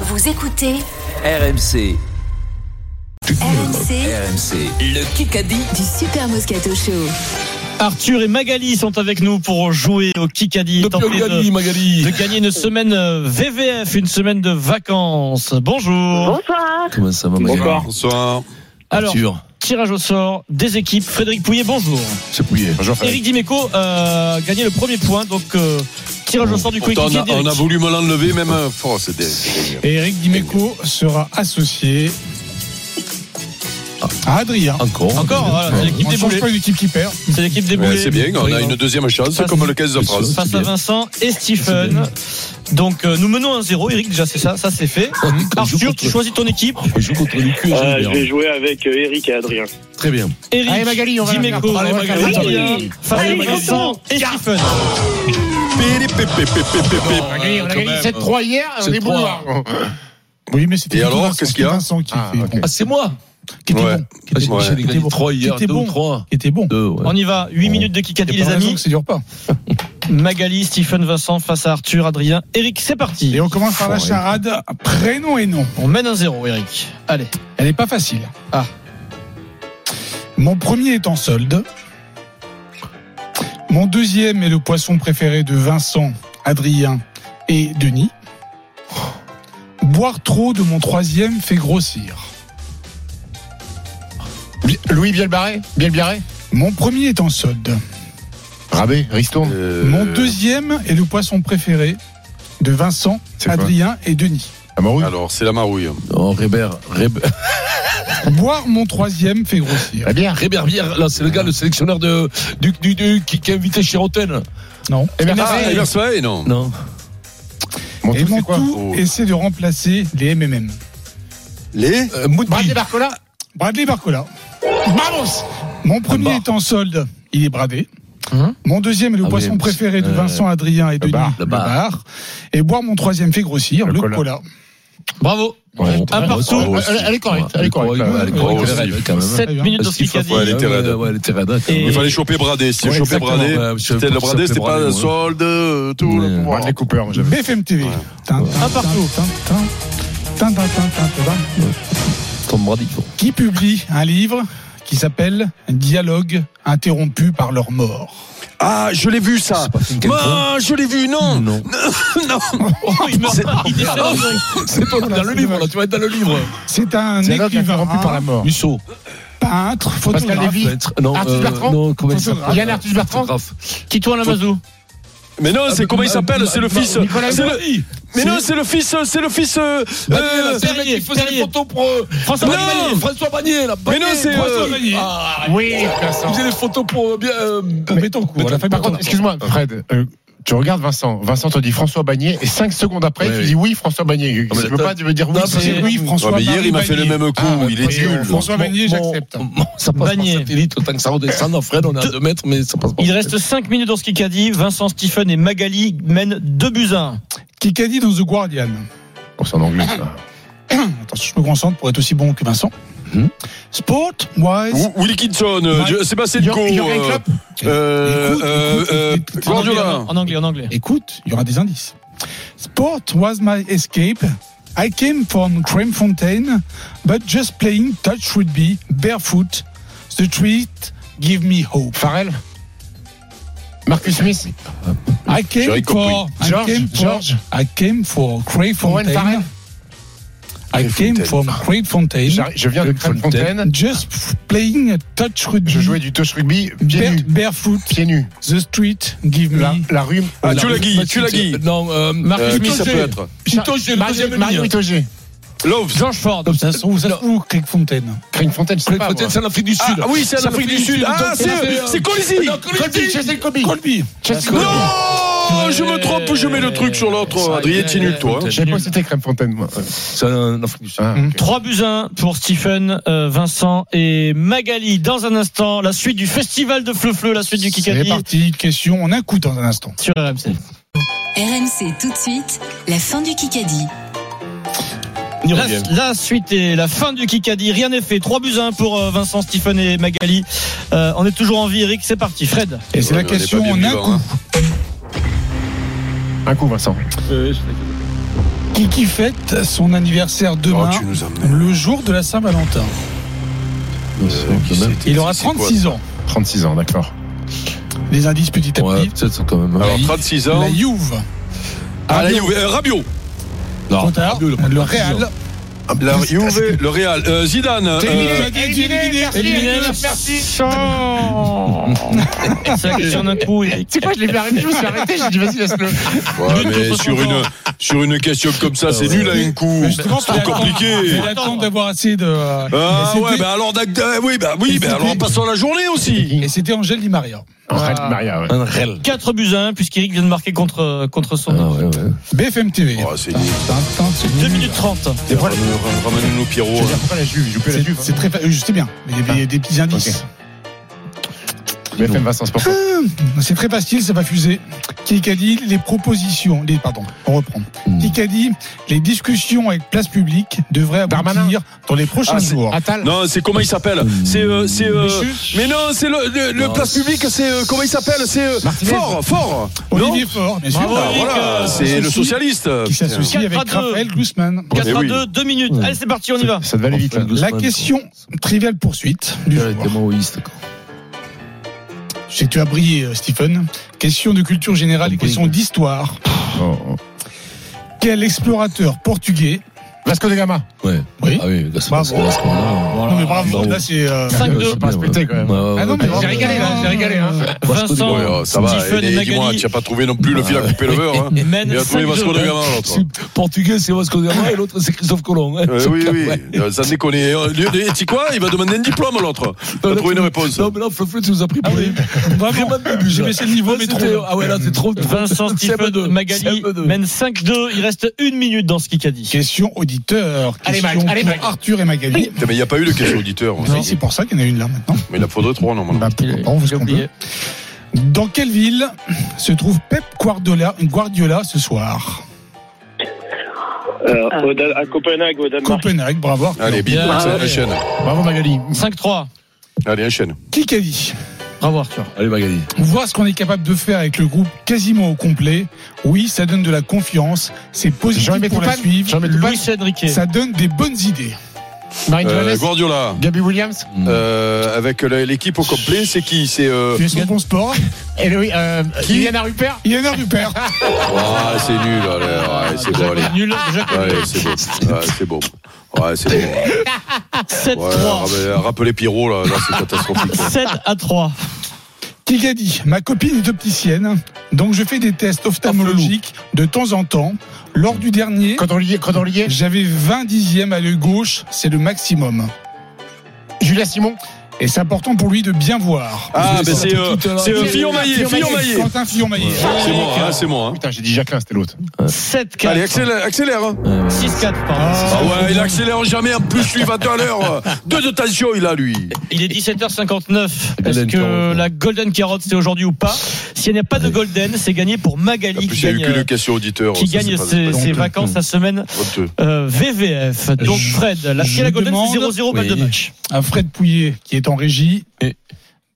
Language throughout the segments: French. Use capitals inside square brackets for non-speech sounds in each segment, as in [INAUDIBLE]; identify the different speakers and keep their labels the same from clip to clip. Speaker 1: Vous écoutez
Speaker 2: RMC,
Speaker 1: RMC
Speaker 2: RMC, le Kikadi.
Speaker 1: du Super Moscato Show.
Speaker 3: Arthur et Magali sont avec nous pour jouer au Kikadi. tenter de,
Speaker 4: Magali.
Speaker 3: de gagner une semaine euh, VVF, une semaine de vacances. Bonjour.
Speaker 5: Bonsoir.
Speaker 4: Comment ça va, Magali
Speaker 6: Bonsoir.
Speaker 3: Alors,
Speaker 4: Arthur,
Speaker 3: tirage au sort des équipes. Frédéric Pouillet, bonjour.
Speaker 4: c'est Pouillet.
Speaker 3: Éric Dimeco euh, a gagné le premier point, donc euh, tirage au sort du
Speaker 6: Pourtant, on,
Speaker 3: coéquipier
Speaker 6: a, on a
Speaker 3: d'Éric.
Speaker 6: voulu me l'enlever, même. euh, Oh, c'est dé-
Speaker 7: Et Eric Dimeco sera associé à
Speaker 6: Ah,
Speaker 7: Adrien.
Speaker 4: Encore.
Speaker 3: Encore, voilà, c'est l'équipe
Speaker 7: On
Speaker 3: des
Speaker 7: ne change
Speaker 3: boulets.
Speaker 7: pas l'équipe qui perd.
Speaker 3: C'est l'équipe des
Speaker 6: Ouais,
Speaker 3: boulets.
Speaker 6: C'est bien, on a une deuxième chance,
Speaker 3: Face-
Speaker 6: comme le 15 de France.
Speaker 4: c'est
Speaker 3: Face à
Speaker 4: bien.
Speaker 3: Vincent et Stephen. Donc euh, nous menons 1-0, Eric déjà c'est ça, ça c'est fait.
Speaker 4: Ah,
Speaker 3: Arthur, tu choisis ton équipe.
Speaker 4: On joue contre le cul,
Speaker 5: Euh, je
Speaker 4: j'aime bien.
Speaker 5: vais jouer avec euh, Eric et Adrien.
Speaker 4: Très bien.
Speaker 3: Eric,
Speaker 7: Allez, Magali, on va la faire.
Speaker 3: Dimeco,
Speaker 7: Allez, Magali,
Speaker 3: Adrien,
Speaker 5: Magali.
Speaker 3: face à
Speaker 5: Allez,
Speaker 3: Vincent et Stephen.
Speaker 7: on a gagné 7-3 hier,
Speaker 4: on est bon, là.
Speaker 7: Oui, mais c'était
Speaker 6: Et
Speaker 7: plutôt
Speaker 6: alors,
Speaker 7: Vincent,
Speaker 6: qu'est-ce
Speaker 7: c'était
Speaker 6: qu'il y a
Speaker 7: Vincent qui,
Speaker 8: Ah,
Speaker 7: fait-
Speaker 8: ok.
Speaker 4: Ah, c'est moi
Speaker 7: qui était
Speaker 6: Ouais.
Speaker 7: bon,
Speaker 4: ah, J'ai
Speaker 6: Ouais.
Speaker 4: j'ai gagné
Speaker 7: T'étais bon.
Speaker 4: 3 hier,
Speaker 7: T'étais
Speaker 4: 2
Speaker 7: bon.
Speaker 4: ou 3.
Speaker 7: qui était bon.
Speaker 4: 2, ouais.
Speaker 3: On y va, 8 minutes de Kikadi
Speaker 7: Il y a
Speaker 3: les
Speaker 7: pas raison
Speaker 3: amis.
Speaker 7: que ça dure pas.
Speaker 3: Magali, Stephen, Vincent face à Arthur, Adrien, Eric, c'est parti.
Speaker 7: Et on commence
Speaker 6: Oh,
Speaker 7: par la
Speaker 4: Enfoiré.
Speaker 7: charade prénom et nom.
Speaker 3: On mène un 0 Eric. Allez.
Speaker 7: Elle n'est pas facile.
Speaker 3: Ah.
Speaker 7: Mon premier est en solde. Mon deuxième est le poisson préféré de Vincent, Adrien et Denis. Boire trop de mon troisième fait grossir.
Speaker 8: Bi- Louis Bielbarré Bielbarré
Speaker 7: Mon premier est en solde.
Speaker 8: Rabé, Ristourne
Speaker 6: Euh,
Speaker 7: Mon deuxième est le poisson préféré de Vincent,
Speaker 6: C'est quoi
Speaker 7: Adrien et Denis.
Speaker 8: Amaru
Speaker 6: Alors, c'est la marouille. Ah,
Speaker 4: Non, Rébert. Rébert,
Speaker 7: Boire mon troisième fait grossir.
Speaker 8: La bière
Speaker 4: Rébert Bière, là, c'est le gars, le sélectionneur de, du, du, du- qui, qui a invité chez Roten.
Speaker 7: Non.
Speaker 8: Eh bien,
Speaker 6: Ah, Evers Faye, non.
Speaker 4: Non.
Speaker 8: Mon
Speaker 7: Et
Speaker 8: tout,
Speaker 7: mon
Speaker 8: c'est quoi
Speaker 7: tout
Speaker 6: Oh.
Speaker 7: essaie de remplacer les MMM.
Speaker 6: Les
Speaker 4: Euh, Moutbi.
Speaker 8: Bradley Barcola
Speaker 7: Bradley Barcola. Vamos Mon premier
Speaker 4: bar.
Speaker 7: est en solde, il est bradé.
Speaker 8: Hein
Speaker 7: Mon deuxième est le
Speaker 4: Ah
Speaker 7: poisson
Speaker 4: oui,
Speaker 7: préféré de
Speaker 4: euh,
Speaker 7: Vincent, Adrien et Denis,
Speaker 8: bar,
Speaker 4: le
Speaker 7: le
Speaker 4: bar.
Speaker 7: bar. Et boire mon troisième fait grossir, le,
Speaker 8: Le
Speaker 7: cola.
Speaker 8: cola.
Speaker 3: Bravo.
Speaker 4: Ouais.
Speaker 3: Un partout.
Speaker 4: Ouais, ouais,
Speaker 8: Elle- elle est correcte, elle est correcte.
Speaker 4: ouais, Elle est
Speaker 6: Ouais,
Speaker 4: correcte,
Speaker 6: ouais,
Speaker 4: elle est
Speaker 6: ouais.
Speaker 4: quand même. hein.
Speaker 3: 7
Speaker 7: bien.
Speaker 3: minutes de
Speaker 4: Parce qu'il faut
Speaker 3: Kikadi.
Speaker 4: pas-
Speaker 6: elle était raide.
Speaker 4: Ouais, ouais, elle était raide.
Speaker 3: Et-
Speaker 6: Il fallait choper Bradé. Si
Speaker 4: Ouais,
Speaker 6: on chopait
Speaker 4: exactement,
Speaker 6: Bradé,
Speaker 4: ouais, monsieur,
Speaker 6: c'était le
Speaker 4: pour
Speaker 6: Bradé,
Speaker 4: s'appeler
Speaker 6: c'était pas
Speaker 4: Bradé,
Speaker 6: le
Speaker 4: ouais.
Speaker 6: solde, euh, tout
Speaker 4: Ouais.
Speaker 6: le pouvoir.
Speaker 8: Bradley Cooper, moi, j'avais.
Speaker 7: BFM TV. Tin, tin,
Speaker 3: Un partout.
Speaker 7: tin, tin, tin, tin, tin, tin, tin.
Speaker 4: Tom Brady, quoi.
Speaker 7: Qui publie un livre qui s'appelle Dialogue interrompu par leur mort.
Speaker 6: Ah, je l'ai vu, ça.
Speaker 4: C'est pas Finkelkraut.
Speaker 6: Ah, je l'ai vu, non.
Speaker 4: Non.
Speaker 6: Non.
Speaker 3: Oh, il me il déchire un truc.
Speaker 4: C'est toi, t'es dans le livre, là. Tu vas être dans le livre.
Speaker 7: C'est un
Speaker 8: Dialogue
Speaker 7: écrivain,
Speaker 8: interrompu par la mort.
Speaker 4: Musso.
Speaker 7: peintre, photographe.
Speaker 8: Lévy.
Speaker 4: Peut-être. Non,
Speaker 8: Arthur
Speaker 4: euh,
Speaker 8: Bertrand
Speaker 4: non, comment il
Speaker 7: Photographe.
Speaker 4: s'appelle
Speaker 8: Yann Arthus Bertrand
Speaker 4: Photographe.
Speaker 3: Titouan Lamazou.
Speaker 6: Mais non, c'est comment il s'appelle C'est le fils.
Speaker 8: Nicolas
Speaker 6: c'est le- Mais non, c'est le fils. C'est le fils. euh, euh,
Speaker 4: C'est le mec qui faisait les photos pour. euh,
Speaker 3: François Bagné.
Speaker 4: Non, François Bagné, là.
Speaker 6: Mais non, c'est,
Speaker 4: François
Speaker 6: euh,
Speaker 4: Bagné. Ah,
Speaker 8: Oui,
Speaker 4: Il
Speaker 8: Vincent.
Speaker 4: faisait les photos pour. euh, Bien. euh,
Speaker 7: Pour Bettencourt,
Speaker 4: Bettencourt.
Speaker 7: la famille
Speaker 8: Par contre, excuse-moi, Fred. euh, Tu regardes Vincent. Vincent te dit François Bagné et 5 secondes après,
Speaker 4: Ouais,
Speaker 8: tu
Speaker 4: oui.
Speaker 8: dis oui, François Bagné.
Speaker 4: mais
Speaker 8: Tu veux
Speaker 4: attends.
Speaker 8: pas, tu veux dire oui.
Speaker 4: Non,
Speaker 8: c'est-
Speaker 7: C'est Louis François.
Speaker 6: Ouais, mais hier, il m'a fait le
Speaker 7: Barry Bagné.
Speaker 6: même coup.
Speaker 8: Ah, ouais,
Speaker 6: il est
Speaker 8: oui,
Speaker 6: nul.
Speaker 8: oui.
Speaker 7: François Bagné, j'accepte.
Speaker 4: Mon- mon- Ça passe
Speaker 3: Bagné.
Speaker 4: par satellite, autant que ça redescende. en Fred, on est à 2 mètres, mais ça passe pas.
Speaker 3: Il reste 5 minutes dans ce Kikadi. Vincent, Stephen et Magali mènent 2 buts à 1.
Speaker 7: Qui qu'a dit dans The Guardian
Speaker 8: Oh, c'est en anglais, ça.
Speaker 7: Attends, je me concentre pour être aussi bon que Vincent.
Speaker 8: Hmm
Speaker 4: Mhm.
Speaker 7: Sport wise.
Speaker 6: Ou- Willy Kitson, euh,
Speaker 7: Ouais.
Speaker 6: Gio- Sébastien
Speaker 8: Jor-
Speaker 6: Co,
Speaker 8: Jurgen
Speaker 6: euh,
Speaker 8: Klopp
Speaker 6: euh,
Speaker 7: Écoute,
Speaker 6: euh,
Speaker 7: écoute,
Speaker 6: euh,
Speaker 7: écoute, écoute.
Speaker 3: En anglais,
Speaker 6: Guardiola.
Speaker 3: en anglais, en anglais.
Speaker 7: Écoute, il y aura des indices. Sport was my escape. I came from Cremefontaine, but just playing touch rugby barefoot. The treat give me hope.
Speaker 8: Farrell Marcus Smith
Speaker 7: I came
Speaker 6: J'aurais
Speaker 7: for, I
Speaker 8: George,
Speaker 7: came for,
Speaker 8: George.
Speaker 7: I came for
Speaker 8: Owen Farrell
Speaker 7: Cremefontaine. I came from Cremefontaine,
Speaker 8: J'arri- Je viens de Fontaine.
Speaker 7: just playing a touch rugby.
Speaker 8: Je jouais du touch rugby pieds
Speaker 7: bare-
Speaker 8: nus.
Speaker 7: barefoot.
Speaker 8: Pieds nus.
Speaker 7: The street give me.
Speaker 8: La, la rue.
Speaker 6: Ah,
Speaker 8: la-
Speaker 6: tu l'as dit, tu l'as dit.
Speaker 4: Non, euh,
Speaker 6: Euh,
Speaker 4: Marcus
Speaker 6: qui ça peut
Speaker 4: Michel.
Speaker 6: être
Speaker 4: Itoge, le
Speaker 8: Mario-
Speaker 4: deuxième ligne.
Speaker 8: Mario Itoge.
Speaker 6: Love.
Speaker 3: George Ford.
Speaker 7: Ça se trouve, ça se
Speaker 4: Non.
Speaker 7: trouve, Cremefontaine.
Speaker 8: Fontaine, je sais
Speaker 4: Fred
Speaker 8: pas.
Speaker 4: Fontaine,
Speaker 8: moi.
Speaker 4: c'est en Afrique du
Speaker 6: Ah
Speaker 4: Sud.
Speaker 6: oui, c'est en Afrique du Sud. Ah, c'est eux, c'est Colisi.
Speaker 4: Non,
Speaker 8: Colby,
Speaker 4: Colby.
Speaker 8: Chelsea Colby.
Speaker 7: Colby.
Speaker 8: Chelsea Colby.
Speaker 6: Non, je me trompe, je mets le truc sur l'autre.
Speaker 3: Ouais,
Speaker 6: Adrien, t'es nul,
Speaker 3: ouais,
Speaker 6: toi. hein.
Speaker 8: Je savais pas que c'était Crème Fontaine, moi.
Speaker 4: C'est en Afrique du Sud.
Speaker 8: Ah, ok.
Speaker 3: 3 buts à 1 pour Stephen, euh, Vincent et Magali. Dans un instant, la suite du festival de Fleu-Fleu, la suite du
Speaker 7: C'est
Speaker 3: Kikadi
Speaker 7: parti, question en un coup dans un instant.
Speaker 3: sur RMC.
Speaker 1: RMC tout de suite, la fin du Kikadi.
Speaker 4: On y
Speaker 3: La,
Speaker 4: revient.
Speaker 3: la suite et la fin du Kikadi. Rien n'est fait. 3 buts à 1 pour euh, Vincent, Stephen et Magali. Euh, on est toujours en vie, Eric. C'est parti. Fred.
Speaker 7: Et c'est
Speaker 6: Ouais, mais Euh,
Speaker 7: la
Speaker 6: on est
Speaker 7: question
Speaker 6: pas bien hein.
Speaker 7: en un
Speaker 6: vivant,
Speaker 7: coup.
Speaker 6: hein.
Speaker 8: Un coup, Vincent.
Speaker 7: qui, qui fête son
Speaker 6: Oh,
Speaker 7: anniversaire demain, le jour de la Saint-Valentin. Euh, Il aura 36 ans.
Speaker 8: 36 ans, d'accord.
Speaker 7: Les indices petit à
Speaker 4: Ouais,
Speaker 7: petit.
Speaker 4: peut-être ça, quand même.
Speaker 6: Alors 36 ans.
Speaker 7: La Juve,
Speaker 6: Ah, la Juve, euh, Rabiot. Ah,
Speaker 4: Non,
Speaker 7: trop tard.
Speaker 4: Rabiot, il a pas
Speaker 7: Le
Speaker 4: 36 ans.
Speaker 7: Real.
Speaker 6: La Juve, le Real. Euh, Zidane. euh,
Speaker 3: Éliminé.
Speaker 7: [LAUGHS]
Speaker 3: C'est la question d'un coup, Eric.
Speaker 8: C'est quoi, je l'ai fait arrêter, je me suis arrêté, j'ai dit vas-y, laisse-le.
Speaker 6: ouais, mais sur une, sur une question comme ça, c'est nul à un coup.
Speaker 7: Ah, Mais
Speaker 6: C'est
Speaker 7: justement,
Speaker 6: trop
Speaker 7: il attend-
Speaker 6: compliqué.
Speaker 7: Il attend d'avoir assez de.
Speaker 6: Ah
Speaker 7: et c'était-
Speaker 6: ouais, bah alors, d'ac- ah, oui, bah oui,
Speaker 7: Et
Speaker 6: bah alors
Speaker 7: c'était-
Speaker 6: passons la journée aussi.
Speaker 7: Et c'était Angèle Di Maria.
Speaker 8: En réalité, Maria, ouais.
Speaker 4: Un réel.
Speaker 3: 4 buts à 1, puisqu'Eric vient de marquer contre, euh, contre son.
Speaker 4: Ah, ouais, ouais.
Speaker 7: BFM TV.
Speaker 6: Oh, c'est nul.
Speaker 7: Tintin, c'est
Speaker 3: 2
Speaker 7: nul.
Speaker 3: minutes 30.
Speaker 6: Ramène- Ramène-nous
Speaker 8: Je
Speaker 6: Pierrot.
Speaker 8: veux dire, pourquoi la Juve Il joue plus à la
Speaker 7: C'est
Speaker 8: Juve.
Speaker 7: c'est très fa- euh, Je sais bien, mais il y avait des petits indices.
Speaker 8: hein. BFM Vincent Sport.
Speaker 7: C'est très facile, ça va fuser. Qui a dit les propositions, les, pardon, on reprend.
Speaker 6: Hmm.
Speaker 7: Qui a dit les discussions avec place publique devraient aboutir dans les prochains
Speaker 6: Ah, c'est-
Speaker 7: jours.
Speaker 8: Attal
Speaker 6: Non, c'est comment il s'appelle C'est euh, c'est euh, mais non, c'est le, le, le
Speaker 4: Non,
Speaker 6: place
Speaker 4: c'est-
Speaker 6: publique, c'est euh, comment il s'appelle C'est euh,
Speaker 8: Martinez.
Speaker 6: fort, fort.
Speaker 7: Olivier Faure, bien sûr.
Speaker 3: Bravo,
Speaker 6: Ah,
Speaker 3: Eric, euh,
Speaker 6: voilà, c'est le
Speaker 7: s'associe-
Speaker 6: socialiste.
Speaker 7: Qui s'associe
Speaker 3: Quatre à
Speaker 7: avec
Speaker 3: deux.
Speaker 7: Raphaël Guzman.
Speaker 3: 4 à
Speaker 6: oui.
Speaker 3: 2, 2 minutes.
Speaker 4: Ouais.
Speaker 3: Allez, c'est parti, on y va.
Speaker 8: Ça devait aller vite, là.
Speaker 7: La question triviale poursuite du jour. Je sais que tu as brillé, euh, Stephen. Question de culture générale et
Speaker 4: Brille.
Speaker 7: question d'histoire.
Speaker 8: Oh, oh.
Speaker 7: Quel explorateur portuguais
Speaker 8: Vasco de Gama.
Speaker 4: Ouais.
Speaker 7: Oui.
Speaker 4: Ah oui, là, c'est hein.
Speaker 7: Bravo.
Speaker 4: parce que là, ce qu'on a.
Speaker 6: Ah,
Speaker 7: Non mais bravo, là c'est. euh,
Speaker 3: 5-2.
Speaker 8: pas respecté, quand même.
Speaker 4: Bah,
Speaker 7: Ah non, mais j'ai régalé, là, j'ai régalé, hein.
Speaker 3: Vincent,
Speaker 6: Ouais, euh, ça va.
Speaker 3: Stephen
Speaker 6: et-
Speaker 3: et
Speaker 6: et Dis-moi,
Speaker 3: Magali
Speaker 6: tu n'as pas trouvé non plus le fil à couper le
Speaker 3: [LAUGHS]
Speaker 6: beurre. Hein.
Speaker 3: mènent
Speaker 6: Il a trouvé
Speaker 3: 5-2.
Speaker 6: Vasco de Gama, l'autre.
Speaker 4: [LAUGHS] C'est portugais, c'est Vasco de Gama et l'autre, c'est Christophe Colomb. hein.
Speaker 6: Euh, oui, oui, euh, ça déconne. Et, euh, lui, lui, tu sais quoi Il va demander un diplôme, l'autre.
Speaker 4: Non,
Speaker 6: T'as
Speaker 4: là,
Speaker 6: trouvé
Speaker 4: tu-
Speaker 6: une réponse.
Speaker 4: Non, mais là, Fleu tu nous as pris pour les. Vraiment, j'ai baissé le niveau, mais trop. Ah ouais, là, c'est trop.
Speaker 3: Vincent,
Speaker 4: C'est un peu
Speaker 3: Stephen,
Speaker 4: de- c'est
Speaker 3: Magali
Speaker 4: un peu de-
Speaker 3: mène 5-2. Il reste une minute dans ce Kikadi.
Speaker 7: Question auditeur. Question pour Arthur et Magali.
Speaker 6: Putain, Mais il n'y a pas eu de question auditeur.
Speaker 7: Si, C'est pour ça qu'il y en a une là maintenant.
Speaker 6: Mais il en faudrait trois, normalement.
Speaker 7: Bah, pourquoi pas, on fait ce qu'on
Speaker 3: oublié.
Speaker 7: peut. Dans quelle ville se trouve Pep Guardiola, Guardiola ce soir
Speaker 5: Euh, au Dan- à Copenhague, au Danemark.
Speaker 7: Copenhague, bravo. Arthur.
Speaker 6: Allez, bim,
Speaker 3: Bien, ouais.
Speaker 6: enchaîne.
Speaker 8: Bravo, Magali.
Speaker 3: 5-3.
Speaker 6: Allez, enchaîne.
Speaker 7: Qui qu'a dit
Speaker 3: Bravo, Arthur.
Speaker 4: Allez, Magali.
Speaker 7: Voir ce qu'on est capable de faire avec le groupe quasiment au complet, oui, ça donne de la confiance, c'est positif
Speaker 8: Jean-Aimé
Speaker 7: pour la
Speaker 8: Toupane
Speaker 7: suivre,
Speaker 8: Jean-Aimé Toupane
Speaker 3: Luis Enrique.
Speaker 7: ça donne des bonnes idées.
Speaker 8: Marine
Speaker 6: Euh,
Speaker 8: Johannes
Speaker 6: Guardiola.
Speaker 8: Gabi Williams
Speaker 3: Hmm.
Speaker 6: Euh, avec la- l'équipe au complet, c'est qui C'est euh...
Speaker 7: Tu es sur ton sport,
Speaker 8: Eloï, euh, Liliana Rupert
Speaker 7: il y en a du père.
Speaker 6: Ah, c'est nul, allez, ouais, c'est bon, allez.
Speaker 3: Ah, Nul. Jacques
Speaker 6: Ouais, c'est bon. Ouais, c'est bon. Ouais, c'est bon. Ouais,
Speaker 3: 7-3.
Speaker 6: rappelez, euh, rappelez Pierrot, là, là, c'est catastrophique.
Speaker 3: 7 à 3.
Speaker 7: Qui a dit Ma copine est opticienne, donc je fais des tests ophtalmologiques de temps en temps. Lors du dernier,
Speaker 8: Cordonlier, Cordonlier
Speaker 7: j'avais 20 dixièmes à l'œil gauche, c'est le maximum.
Speaker 8: Julia Simon
Speaker 7: Et c'est important pour lui de bien voir.
Speaker 6: Ah, ben c'est euh,
Speaker 4: Tout à l'heure.
Speaker 6: c'est, euh, Fillon-Maillet, Fillon-Maillet.
Speaker 7: Quentin Fillon-Maillet.
Speaker 6: C'est moi, hein, c'est moi. hein.
Speaker 8: Putain, j'ai dit Jacqueline, c'était l'autre.
Speaker 3: 7-4.
Speaker 6: Allez, accélère. accélère hein.
Speaker 4: Ah,
Speaker 3: 6-4, pardon.
Speaker 6: Ah ouais, il accélère jamais, en plus lui va tout à l'heure. Deux de tension il a lui.
Speaker 3: Il est 17h59. Est-ce
Speaker 4: Golden
Speaker 3: que
Speaker 4: Carotte.
Speaker 3: la Golden Carotte, c'est aujourd'hui ou pas Si elle n'y a pas de Golden, c'est gagné pour
Speaker 6: En
Speaker 3: Magali
Speaker 6: plus,
Speaker 3: qui
Speaker 6: il y a eu
Speaker 3: gagne,
Speaker 6: qu'une
Speaker 3: euh,
Speaker 6: question auditeur.
Speaker 3: qui
Speaker 6: ça, c'est
Speaker 3: gagne
Speaker 6: pas- euh,
Speaker 3: ses,
Speaker 6: pas
Speaker 3: ses vacances la semaine
Speaker 6: honteux.
Speaker 3: euh, VVF. Donc
Speaker 7: Je-
Speaker 3: Fred, la, si
Speaker 7: je
Speaker 3: la Golden,
Speaker 7: demande-
Speaker 3: c'est 0-0 balle de
Speaker 4: Oui.
Speaker 3: match.
Speaker 7: À Fred Pouillet, qui est en régie,
Speaker 4: Et-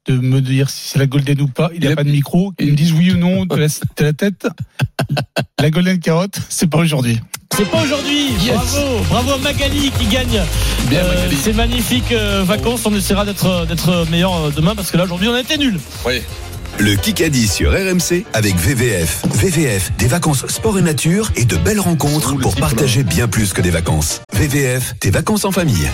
Speaker 7: de me dire si c'est la Golden ou pas. Il
Speaker 4: Il
Speaker 7: n'a
Speaker 4: a-
Speaker 7: pas de micro. Qu'il me dise oui ou non de la, de la tête. La Golden Carotte, c'est pas aujourd'hui.
Speaker 3: C'est pas aujourd'hui. Bravo, bravo à Magali qui gagne.
Speaker 4: Bien,
Speaker 3: euh,
Speaker 4: Magali.
Speaker 3: ces magnifiques euh, vacances. On essaiera d'être d'être meilleur euh, demain parce que là aujourd'hui on a été nuls.
Speaker 9: Le Kikadi sur RMC avec VVF. VVF, des vacances sport et nature et de belles rencontres pour partager bien plus que des vacances. VVF, tes vacances en famille.